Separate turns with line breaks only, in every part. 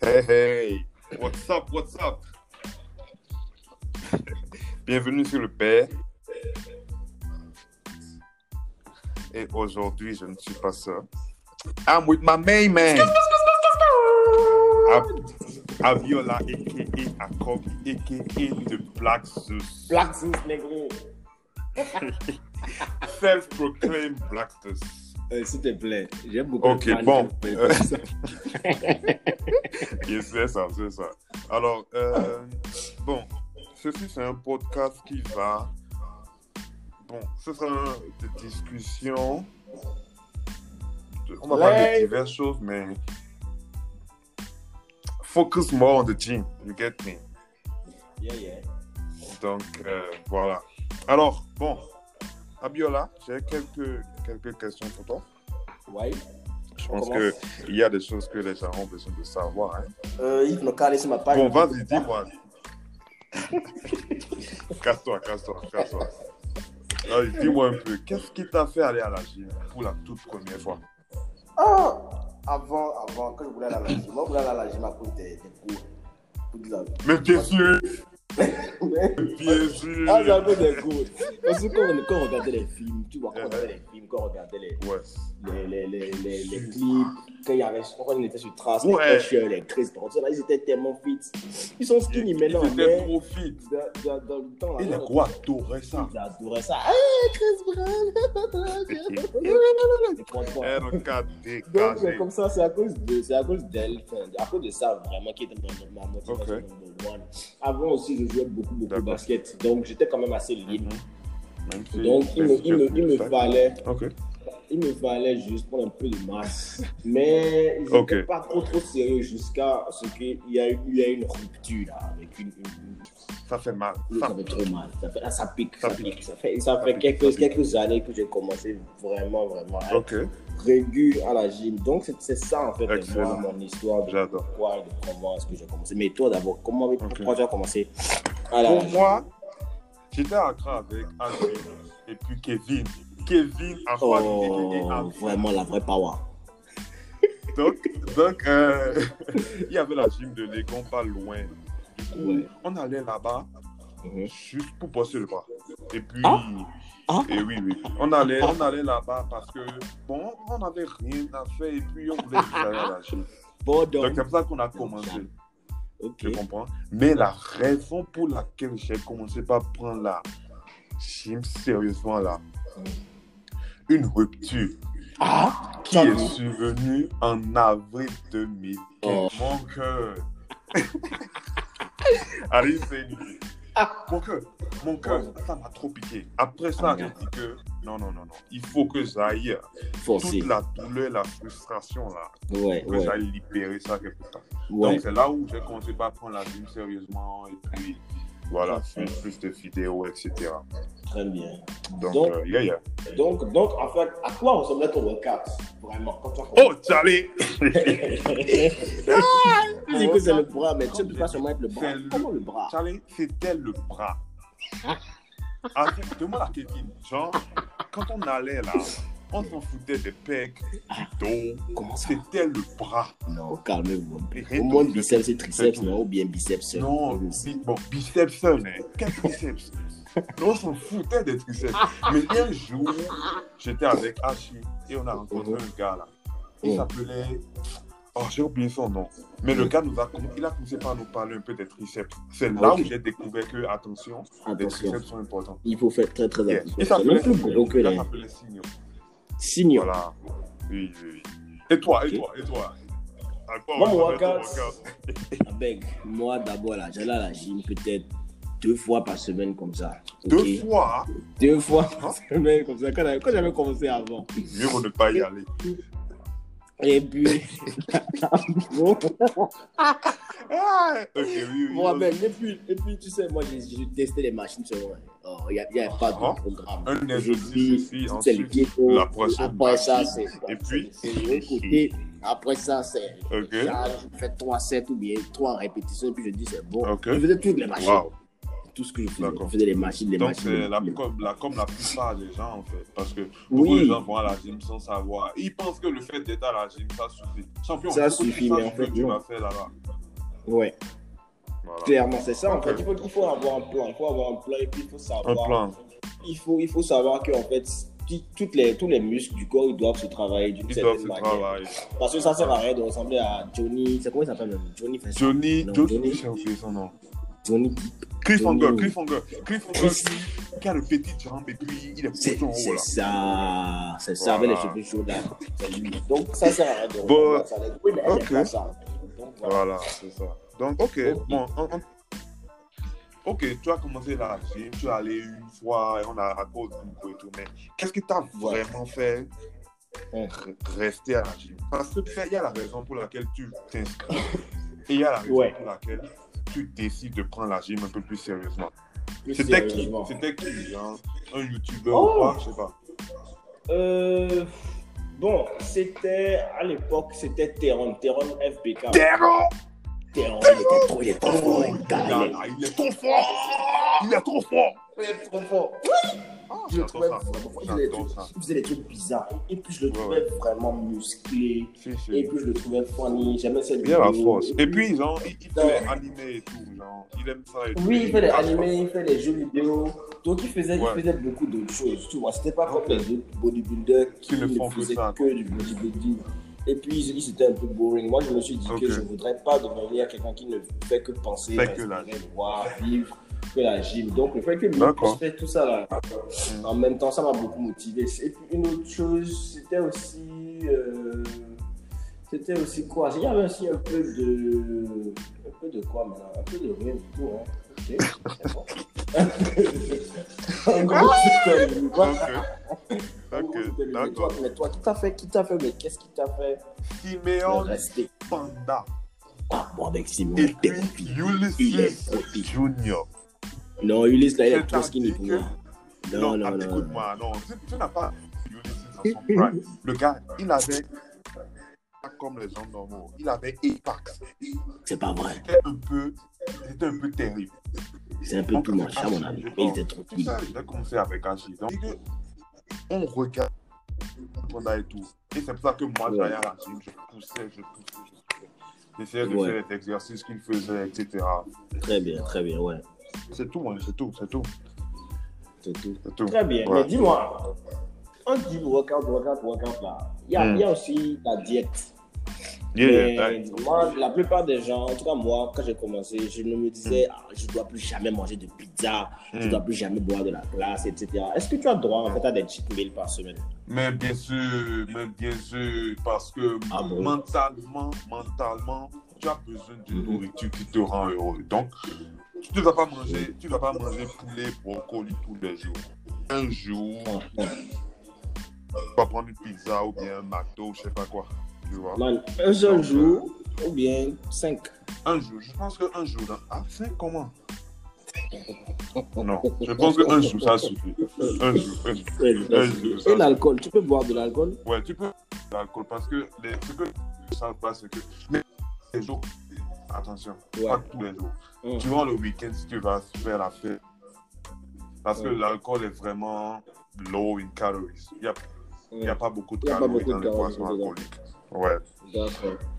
Hey, hey, what's up, what's up? Bienvenue sur le Père. Et aujourd'hui, je ne suis pas seul. I'm with my main man. Av- Aviola, a.k.a. Akok, a.k.a. The Black Zeus.
Black Zeus, négro.
Self-proclaimed Black Zeus.
Euh, S'il te plaît, j'aime beaucoup.
Ok,
le fan
bon. Euh.
qui fait comme ça.
Yes, c'est ça, c'est ça. Alors, euh, bon, ceci c'est un podcast qui va. Bon, ce sera un- des discussions. De- On va parler de
Ouais.
diverses choses, mais. Focus more on the gym, you get me?
Yeah, yeah.
Donc, euh, voilà. Alors, bon, Abiola, j'ai quelques, quelques questions pour toi.
Ouais.
Je
On
pense
commence.
qu'il y a des choses que les gens ont besoin de savoir. hein.
Euh, Yves me calme sur ma page.
Bon, vas-y, dis-moi. casse-toi, casse-toi, casse-toi. Allez, dis-moi un peu, qu'est-ce qui t'a fait aller à la gym pour la toute première fois
Ah, avant, avant, quand je voulais aller à la gym, moi, je voulais aller à la gym à cause des, des cours. Cours de la vie.
Mais bien sûr,
Mais-
bien
Ah, c'est à
sûr.
cause des cours. Parce que quand on, quand on regardait les films, tu vois, quand on regardait les films, quand on regardait les,
Ouais.
les, les, les, les, les clips, quand, il y avait, quand on était sur Trace,
Ouais.
les Usher, les Chris, par contre, là, ils étaient tellement fit. Ils sont skinny maintenant,
C'était
mais
trop fit.
dans, dans, dans le temps, là,
Et les
là,
gros adoraient ça.
Ils adoraient ça. Hey, Chris Brown! Tu comprends?
Euh, R4
Donc,
dégagé.
c'est comme ça, c'est à cause de, c'est à cause d'elle, enfin, à cause de ça vraiment qui était ma, ma motivation
Ok.
number one. Avant aussi, je jouais beaucoup, beaucoup au
D'accord.
basket, donc j'étais quand même assez libre.
Même si-
Donc, il me,
même si
il, me, il me
tu-
fallait,
Ok.
il me fallait juste prendre un peu de masse. Mais j'étais
Ok.
pas trop, trop sérieux jusqu'à ce qu'il y a eu, il y a eu une rupture là, avec une, une- une-
Ça fait mal.
ça
Ça-
fait trop mal. Ça, fait, ah, ça pique.
Ça
Ça,
pique.
pique. Ça fait, ça fait
pique,
quelques,
ça pique.
quelques années que j'ai commencé vraiment, vraiment à
Ok,
être régulier à la gym. Donc, c'est c'est ça, en fait,
Excellent.
moi, mon histoire de
j'adore.
pourquoi et de comment est-ce que j'ai commencé. Mais toi, d'abord, comment pourquoi
Ok.
tu as commencé à la
Pour
gym
moi, j'étais à Accra avec Adrien et puis Kevin. Kevin a pas
Oh, vraiment la vraie power.
Donc, donc euh, il y avait la gym de Légon pas loin. Du coup,
Ouais.
on allait là-bas
Mhm.
juste pour bosser le bras. Et puis,
Ah. Ah.
et oui, oui. On allait, on allait là-bas parce que, bon, on n'avait rien à faire et puis on voulait juste aller à la gym.
Pardon.
Donc, c'est pour ça qu'on a commencé.
Ok.
Tu comprends? Mais la raison pour laquelle j'ai commencé par prendre la gym sérieusement là, une rupture
Ah,
qui est survenue en avril 2000.
Oh.
Mon cœur. Allez, c'est une idée. Mon cœur, mon cœur,
Oh.
ça m'a trop piqué. Après ça,
Ah,
j'ai
merde.
dit que non, non, non, non, il faut que j'aille.
forcé.
Toute la douleur, la frustration là,
Ouais,
que
ouais,
j'aille libérer ça quelque part.
ouais.
Donc, c'est là où j'ai commencé par prendre la gym sérieusement et puis euh, voilà, suivre plus de vidéos, etc.
Très bien.
Donc,
Donc-
euh, yeah, yeah.
Donc, donc, en fait, à quoi ressemblait ton workout Vraiment, quand tu as commencé
Oh, Charlie!
Tu dis que c'est le bras, mais tu ne peux pas seulement être le bras.
C'est le-
Comment le bras
Charlie, c'était le bras. Ah, c'est- demande à Kevin, genre, quand on allait là, on s'en foutait des pecs, du dos,
Comment ça
c'était le bras.
Non, calmez-vous. un peu.
Et
Au moins,
donc,
biceps et triceps,
tout.
non, ou bien biceps. seul.
Non, bi- bon, biceps seul, mais quel biceps On s'en foutait des triceps. Mais un jour, j'étais avec Hachi et on a rencontré un gars là. Il
Mhm.
s'appelait. Oh, j'ai oublié son nom. Mais
Mm.
le gars nous a, comm- il a commencé par nous parler un peu des triceps. C'est là
Ah, Ok.
où j'ai découvert que, attention, les
Attention,
triceps sont importants.
il faut faire très très
Yeah.
attention.
Il
C'est même
s'appelait
plus
Signo.
gros que
Le gars
les
s'appelait Signo.
signaux.
Voilà. Oui, oui, oui. Et toi, et
Ok.
toi, et toi À quoi
Moi, mon
ressemblait ton
workout, Avec Ah, moi d'abord, là, j'allais à la gym peut-être deux fois par semaine comme ça. ok
Deux fois, hein.
Deux fois par semaine comme ça, quand quand j'avais commencé avant.
mieux vaut ne pas y aller.
Et puis, bon,
Ah, ok, oui, oui.
bon, avec- et puis, et puis, tu sais, moi, j'ai j'ai testé les machines seulement. Oh, il n'y avait pas de
Ah.
programme.
un
Je
exercice
dis,
ici,
c'est le
ensuite,
ghetto.
la prochaine
Après ça,
partie.
c'est
Et puis-
c'est l'autre côté. Après ça, c'est
Ok.
genre, je fais 3 sets ou bien 3 répétitions, puis je dis c'est bon.
Ok.
Je faisais toutes les machines.
Wow.
tout ce que je faisais.
D'accord.
Je faisais les machines, les
Donc,
machines.
c'est
les
la,
machines.
comme, la, comme la plupart des gens, en fait. Parce que beaucoup de
Oui,
gens vont à la gym sans savoir. Ils pensent que le fait d'être à la gym, ça suffit. Champion,
Ça
faut que tu
suffit,
saches
mais en
ce
fait,
que tu
non.
vas faire là-bas.
ouais,
Voilà.
clairement, c'est ça.
Ah.
En
Ok.
fait, il faut, il faut avoir un plan. Il faut avoir un plan et puis il faut
Un
savoir.
plan.
Il faut, il faut savoir que en fait, ti- toutes les, tous les muscles du corps, ils doivent se travailler d'une
Ils doivent
certaine
se
manière.
travailler.
Parce que ça sert à rien de ressembler à Johnny. C'est comment il s'appelle même Johnny fait ça.
Johnny,
Non,
Johnny,
Johnny.
j'ai oublié son nom.
Johnny.
Cliffhanger,
Johnny.
Cliffhanger, Cliffhanger, qui- qui a le petit jambes et puis il est
C'est
petit en haut
c'est
là.
ça. C'est ça,
Voilà.
avec les cheveux chauds là. C'est lui. Donc ça sert à rien de
Bon,
ressembler à ça. Oui, mais elle
ok.
aime pas ça. Donc voilà.
Voilà, c'est ça. Donc, ok,
Ok.
bon. on- on- Ok, tu as commencé la gym, tu es allé une fois et on a raconté un peu et tout, mais qu'est-ce que tu as
Ouais.
vraiment fait
Ouais.
r- rester à la gym Parce que tu sais, il y a la raison pour laquelle tu t'inscris et il y a la raison
Ouais.
pour laquelle tu décides de prendre la gym un peu plus sérieusement.
Plus
C'était qui
sérieusement.
C'était qui genre, Un youtubeur
Oh.
ou quoi Je sais pas.
Euh, bon, c'était à l'époque, c'était Terron, Terron FBK.
Terreau
Terron, il était trop, il est trop
Oh,
fort, il
il,
gagne.
est là, il est trop fort Il est trop fort
Il est trop fort.
Ah,
Je le
J'adore
trouvais
ça.
vraiment fort. Il faisait des
J'adore
trucs-
ça.
il faisait des trucs bizarres.
Et puis je le
Ouais,
trouvais vraiment musclé.
Si, si.
Et puis je le trouvais funny. J'aimais cette
Il y a la
vidéo.
force. Et puis, genre, il, il fait
Ouais.
les animés et tout. Genre, il aime ça. Et tout.
Oui, il fait
les
les animés, il fait les jeux vidéo. Donc il faisait,
Ouais.
il faisait beaucoup d'autres choses, tu vois. C'était pas
Ok.
comme les autres bodybuilders qui
Qui ne
ne
font que
faisaient
ça,
que, du bodybuilding. Et puis ils ils étaient un peu boring. Moi je me suis dit
Ok.
que je voudrais pas devenir quelqu'un qui ne fait que penser,
Fait que la
respirer, voir, vivre que la gym. Donc le fait que
D'accord. Mm.
je fais tout ça là, en même temps ça m'a beaucoup motivé. Et puis une autre chose, c'était aussi. euh, C'était aussi quoi Il y avait aussi un peu de. Un peu de quoi maintenant Un peu de rien du tout, hein. Ok, c'est bon. En gros, c'était une-
Ok.
en gros,
Ok,
c'était une- mais toi-
d'accord.
Mais toi, qui t'a fait Qui t'a fait Mais qu'est-ce qui t'a fait
Siméon
Rester
Panda.
Ah, bon, avec Simon,
Et
t'es
puis,
copié. Il est
Ulysses
copié.
Junior.
Non, Ulysse, là, il
Je
est trop skinny
t'ai
pour
dit
moi. Non, ah, non,
attends,
non. non.
écoute-moi. Non, tu, tu n'as pas Ulysses dans son prime. Le gars, il avait. pas Comme les gens normaux. Il avait Apex.
C'est pas vrai.
C'était un peu. C'était un peu terrible.
C'est un peu plus moche, à mon avis. Mais il était trop
Tout
skinny.
ça, j'ai commencé avec Agile. Donc, on regarde Panda et tout. Et c'est pour ça que moi,
Ouais.
j'allais à la gym, je poussais, je poussais, je poussais. J'essayais de
Ouais.
faire les exercices qu'il faisait, etc.
Très bien, très bien, ouais.
C'est tout, hein, c'est tout, c'est tout,
C'est tout.
c'est tout.
Très bien,
Ouais.
mais dis-moi, on dit workout, workout, workout là. Il y, a-
Mm.
il y a aussi la diète.
Yeah,
Mais
ouais.
moi, la plupart des gens, en tout cas moi, quand j'ai commencé, je ne me
Hmm.
disais, ah, je ne dois plus jamais manger de pizza, je ne dois plus jamais boire de la glace, etc. Est-ce que tu as droit en fait à des cheat meals par semaine
Mais bien sûr, mais bien sûr, parce que
Ah bon
mentalement, mentalement, tu as besoin d'une
Mhm.
nourriture qui te rend heureux. Donc, tu ne vas pas manger, tu ne vas pas manger poulet, brocoli tous les jours. Un jour,
Mm-hmm.
tu vas prendre une pizza ou bien un McDo, je sais pas quoi. Tu vois.
Man, Un seul
Non,
jour ou bien cinq
Un jour, je pense qu'un jour, dans... ah, c'est comment Non, je pense qu'un jour, ça suffit. Un jour, un jour.
Ouais, je
Un
pense.
jour, ça
Et l'alcool, tu peux boire de l'alcool
Ouais, tu peux l'alcool parce que les, ce que je ne savent pas, c'est que mais les jours, attention,
Ouais.
pas tous les jours.
Mm.
Durant le week-end, si tu vas faire la fête, parce que
Ouais.
l'alcool est vraiment low in calories. Il n'y a, il y a pas beaucoup de
Mm. Il y a pas
calories
beaucoup
dans
de
les
calories,
boissons
c'est ça.
alcooliques. Ouais,
D'accord.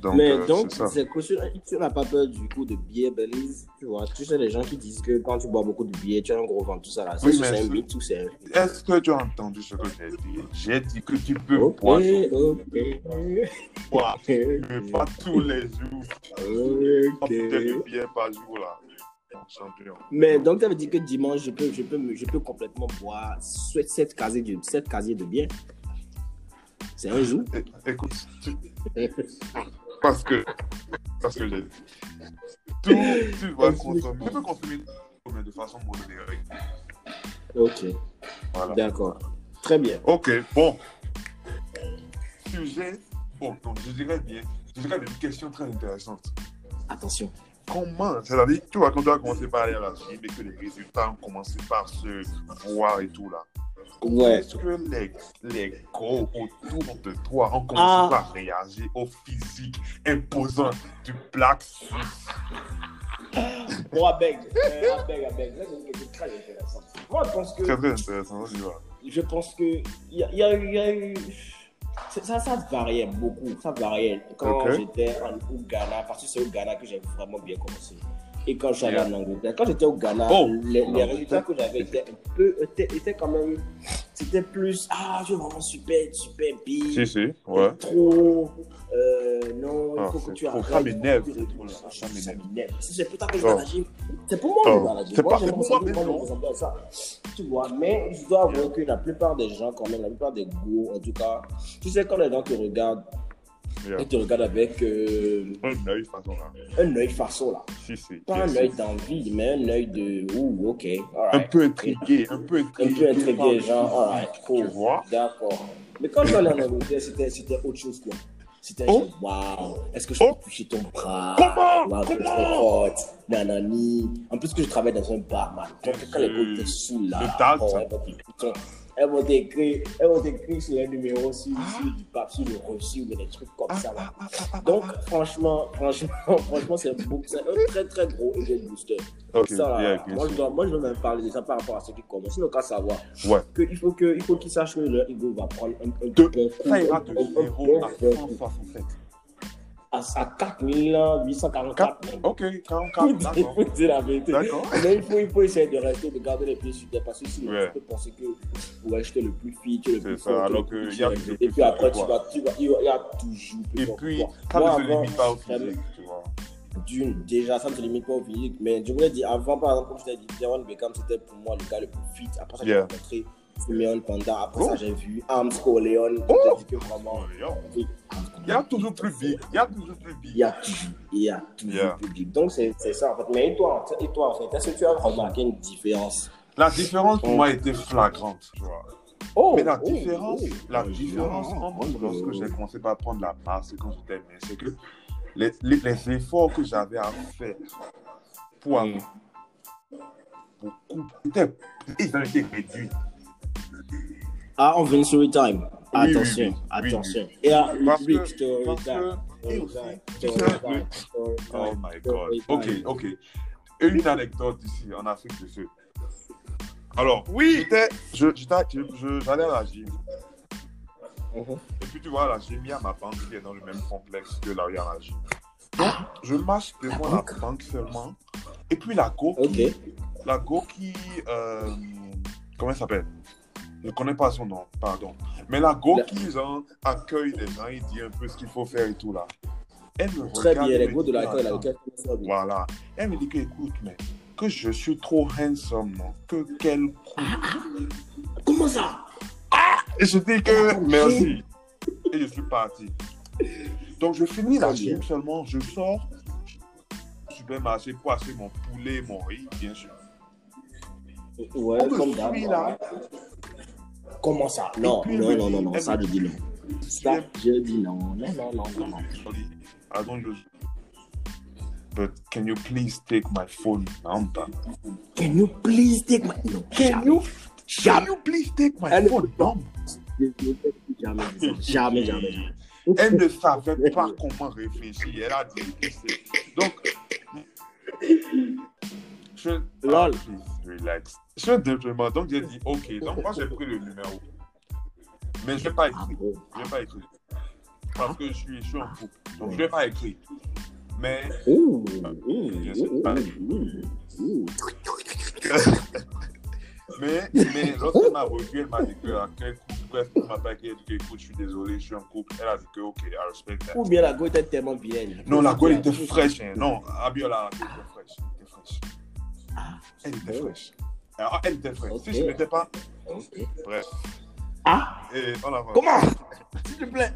donc,
Mais
euh,
donc,
c'est ça.
c'est que tu- tu n'as pas peur du coup de bière Belize, tu vois. Tu sais, les gens qui disent que quand tu bois beaucoup de bière, tu as un gros ventre, tout ça là. Ça,
Oui,
c'est
mais
un
c'est-
mythe ou c'est un.
Est-ce que tu as entendu ce que j'ai dit J'ai dit que tu peux
Ok,
boire,
ok.
boire, mais pas
Ok.
tous les jours.
Ah,
Peut-être bien par jour là. Champion.
Mais donc, ça veut dire que dimanche, je peux, je peux, me- je peux complètement boire 7 casiers de, sept casiers de bière. C'est un jour.
É- Écoute, tu- parce que, parce que j'ai dit, tout, tu vas consommer, tu peux consommer, mais de façon modérée.
Ok,
Voilà.
Ah. d'accord. Très bien.
Ok, bon. Sujet, bon, donc je dirais bien, je dirais bien une question très intéressante.
Attention.
Comment, c'est-à-dire, tu vois, quand tu as commencé par aller à la gym et que les résultats ont commencé par se voir et tout là, comment
Ouais.
est-ce que les, les gros autour de toi ont
Ah.
commencé à réagir au physique imposant du Black Suisse
Bon, Abeg, euh, Abeg, Abeg, là, c'est une question très intéressante. Moi, je pense que,
Très, très intéressant, on y va.
je pense que, il y a, il y a eu- il y a eu, c'est- ça, ça variait beaucoup, ça variait. Quand
Ok.
j'étais en- au Ghana, parce que c'est au Ghana que j'ai vraiment bien commencé. Et quand j'allais
Yeah.
en Angleterre, quand j'étais au Ghana,
Oh,
les, les
l'Angleterre.
résultats que j'avais étaient un peu, étaient, étaient quand même, c'était plus, ah, je suis vraiment super, super bien.
Si, si, ouais.
Trop. Euh, non, il
Ah,
faut que
c'est
tu
trop.
arrêtes.
Ça m'énerve,
Il faut que tu
ce truc-là.
arrêtes.
Ça m'énerve.
C'est c'est pour ça que je
Oh.
vais à la gym. C'est pour moi que je vais à la gym.
C'est
Moi,
pas-
j'ai
c'est pour moi,
mon cerveau,
mais
moi,
non.
je ressemble à ça. Tu vois, mais je dois avouer que la plupart des gens, quand même, la plupart des go, en tout cas, tu sais, quand les gens te regardent,
Yeah.
ils te regardent avec euh,
Un œil, façon là.
un œil façon là.
Si, si.
Pas
yes,
un œil
yes.
d'envie, mais un œil de ouh, ok,
Un
alright.
peu intrigué, un peu
Un
intrigué.
peu intrigué, genre, oh alright,
Tu
cool.
vois
D'accord. Mais quand je suis allé en Angleterre, c'était, c'était autre chose, quoi. C'était
Oh.
genre, waouh, est-ce que je peux
Oh.
toucher ton bras
Comment
Waouh, t'es
Comment
trop hot. Nanani. En plus que je travaille dans un bar, man. Donc quand les
Euh,
gars te saoulent, là,
le tact.
oh, elles vont t'écrire- elles vont t'écrire, elles vont t'écrire sur les numéros, sur,
Ah.
sur du pape, sur le reçu, ou des trucs comme ça, là. Donc, franchement, franchement, franchement, c'est un beau- c'est un très, très gros effet booster.
Ok,
Ça, là,
yeah, bien
moi, je
sûr.
dois, moi, je veux même parler de ça par rapport à ceux qui commencent. Sinon, qu'à savoir
Ouais.
que il faut que il faut qu'ils sachent que leur ego va prendre un, un,
De-
un bon coup,
Ça ira
un-
de
un- un
0
bon
à
coup,
167.
à, à 4844.
Quatre-
même.
Ok,
Pour
44,
dire- pour
d'accord.
dire la vérité.
D'accord.
Mais il faut, il faut essayer de rester, de garder les pieds sur terre parce que sinon
Ouais.
tu peux penser que ouais, je t'ai le plus fit, tu es le
C'est
plus
ça,
fort, tu es le
alors
plus
que
petit,
y a
tu es
toujours
le plus- Et
plus
puis
fort que
après, tu
toi.
vas, tu vas, il y a- il y a toujours plus
Et
fort que
puis,
toi.
ça
Moi,
ne se
avant,
limite pas au
j'avais-
physique, tu vois.
d'une, déjà, ça ne se limite pas au physique. Mais je voulais dire, avant, par exemple, comme je t'ai dit, Deron Beckham, c'était pour moi le gars le plus fit. Après ça, j'ai
Yeah.
rencontré Simeon Panda. Après
Oh.
ça, j'ai vu Arms Corleone.
Oh.
J'ai dit que vraiment, oui,
Il y a toujours plus vite, il y a toujours plus
il
vite.
y a toujours, il y a toujours
Yeah.
public. Donc, c'est c'est ça, en fait. Mais et toi, en fait- et toi, en fait, est-ce que tu as remarqué une différence
La différence pour moi était flagrante, tu vois.
Oh,
Mais la
oh,
différence,
oh.
la
Oh,
différence
oh,
entre
oh.
lorsque j'ai commencé par prendre la masse et quand j'étais mais c'est que les, les, les efforts que j'avais à faire pour
Hmm.
avoir beaucoup, étaient- ils ont été réduits.
Ah, on vient sur le time.
Oui, oui,
attention,
oui, oui,
attention. Et là,
Parce
rubrique,
que,
story
parce
time,
que, et
story
aussi,
time,
tu
story
sais, le-
time, story
oh
time.
my god, ok, ok. Une anecdote ici en Afrique du Sud. Alors,
Oui.
j'étais- je- j'étais- je- je- j'allais à la gym.
Mhm.
Et puis tu vois, la gym, il y a ma banque qui est dans le même complexe que là où il y a la gym. Donc, je marche devant la
banque
banque seulement. Et puis la go,
Ok.
la go qui. euh, comment elle s'appelle Je ne connais pas son nom, pardon. Mais la go
La-
qui, genre, accueille les gens, il dit un peu ce qu'il faut faire et tout là. Elle me
Très
regarde,
bien,
elle
les
me
goûts de
dit,
l'accueil
attends,
avec lesquels
Voilà. Elle me dit que, écoute, mais que je suis trop handsome, non, que quel coup.
Comment ça
Et je dis que merci. Et je suis parti. Donc je finis la
Très bien.
gym seulement, je sors au supermarché pour acheter mon poulet, mon riz, bien sûr.
Ouais,
On me
comme
suit,
d'hab.
là.
Comment ça Non,
Et puis,
non,
elle
non,
me
non,
dit-
non,
elle
ça
me
je
dit-
dis non. Ça, je dis non. Non, non, non, non, non.
I don't use- Ah, But can you please take my phone number?
Can you please take my. Non,
Can you, can
Jamais.
you please take my
Elle-
phone number?
Jamais, jamais, jamais. jamais.
Elle ne savait pas comment réfléchir. Elle a dit que c'est- Donc, je. ah,
Lol.
Please relax. Je demande. Donc, j'ai dit, OK. Donc, moi, j'ai pris le numéro. Mais je n'ai pas
Ah
écrit.
bon
Je n'ai pas écrit. Parce que je suis, je suis en couple. Donc, je n'ai pas écrit. Mais
Ouh,
Je sais
ouh,
Bah, pas.
ouh, ouh.
Mais, mais lorsqu'elle m'a revu, elle m'a dit que à quel coup, bref, elle m'a pas dit elle dit que, écoute, je suis désolé, je suis en couple. Elle a dit que, ok, I respect that.
Ou bien la go était tellement vilaine.
Non, la gueule était fraîche. hein. Non, Abiola, elle était fraîche. Elle était fraîche. Elle était
Oh.
fraîche. Alors, elle était fraîche. Si
Ok.
je n'étais pas, eh,
Ok.
bref.
Ah
Et on avance.
Comment S'il te plaît.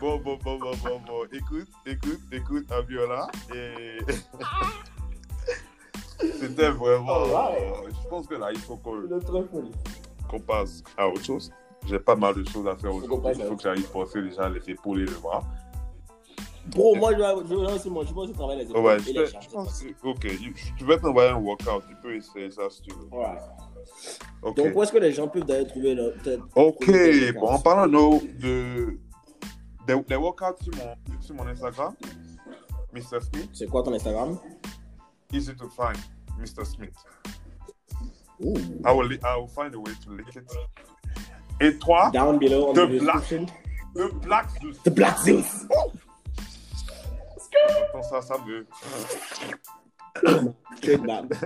Bon, bon, bon, bon, bon, bon. Écoute, écoute, écoute, Abiola. Et. C'était vraiment.
Alright.
Je pense que là, il faut qu'on
Le truc, oui.
qu'on passe à autre chose. J'ai pas mal de choses à faire
qu'on
aujourd'hui.
passe à
Il faut
autre
que j'aille forcer déjà les épaules et le bras.
Bro, moi je vais, je vais aussi, moi, je vais aussi travailler les
Ouais,
épaules et
je,
les
te-
charges.
je pense que- Ok, je- tu vas t'envoyer un workout. Tu peux essayer ça si tu veux.
Alright.
Ok.
Donc, où est-ce que les gens peuvent d'ailleurs trouver leur tête
Ok,
Premier
bon, en
podcast.
parlant de, de, des des workouts sur mon, sur mon Instagram, Mr. Smith,
C'est quoi ton Instagram
easy to find. Mr. Smith.
Ooh.
I will, li- I will find a way to link it. Et toi,
Down below on
The
the,
Black.
description.
le Black Zeus.
The Black Zeus.
J'entends ça, ça me.
Trademark.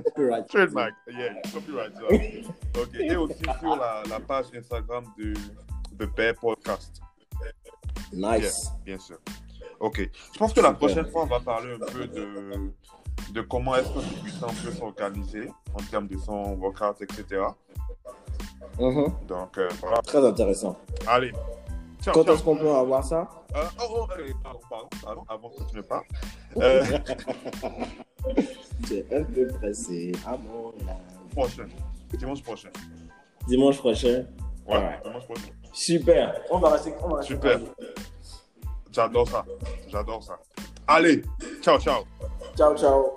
Copyright.
Trademark, yeah, copyright. ouais. Ok, et aussi sur la, la page Instagram de, de Bear Podcast,
Nice.
bien sûr. Ok, je pense que la
Super.
prochaine fois, on va parler un peu de, de comment est-ce qu'un débutant peut s'organiser en termes de son workout, etc.
Mhm.
Donc, euh, voilà.
Très intéressant.
Allez, ciao,
Quand
ciao.
est-ce qu'on peut avoir ça
Euh, oh, oh, euh, pardon, pardon, pardon, avant que tu ne parles. Euh,
J'ai un peu pressé. Ah bon, là.
prochain, dimanche prochain.
Dimanche prochain.
Ouais,
Ouais.
dimanche prochain.
Super. On va rester. On va rester
Super. J'adore ça, j'adore ça. Allez, ciao, ciao.
Ciao, ciao.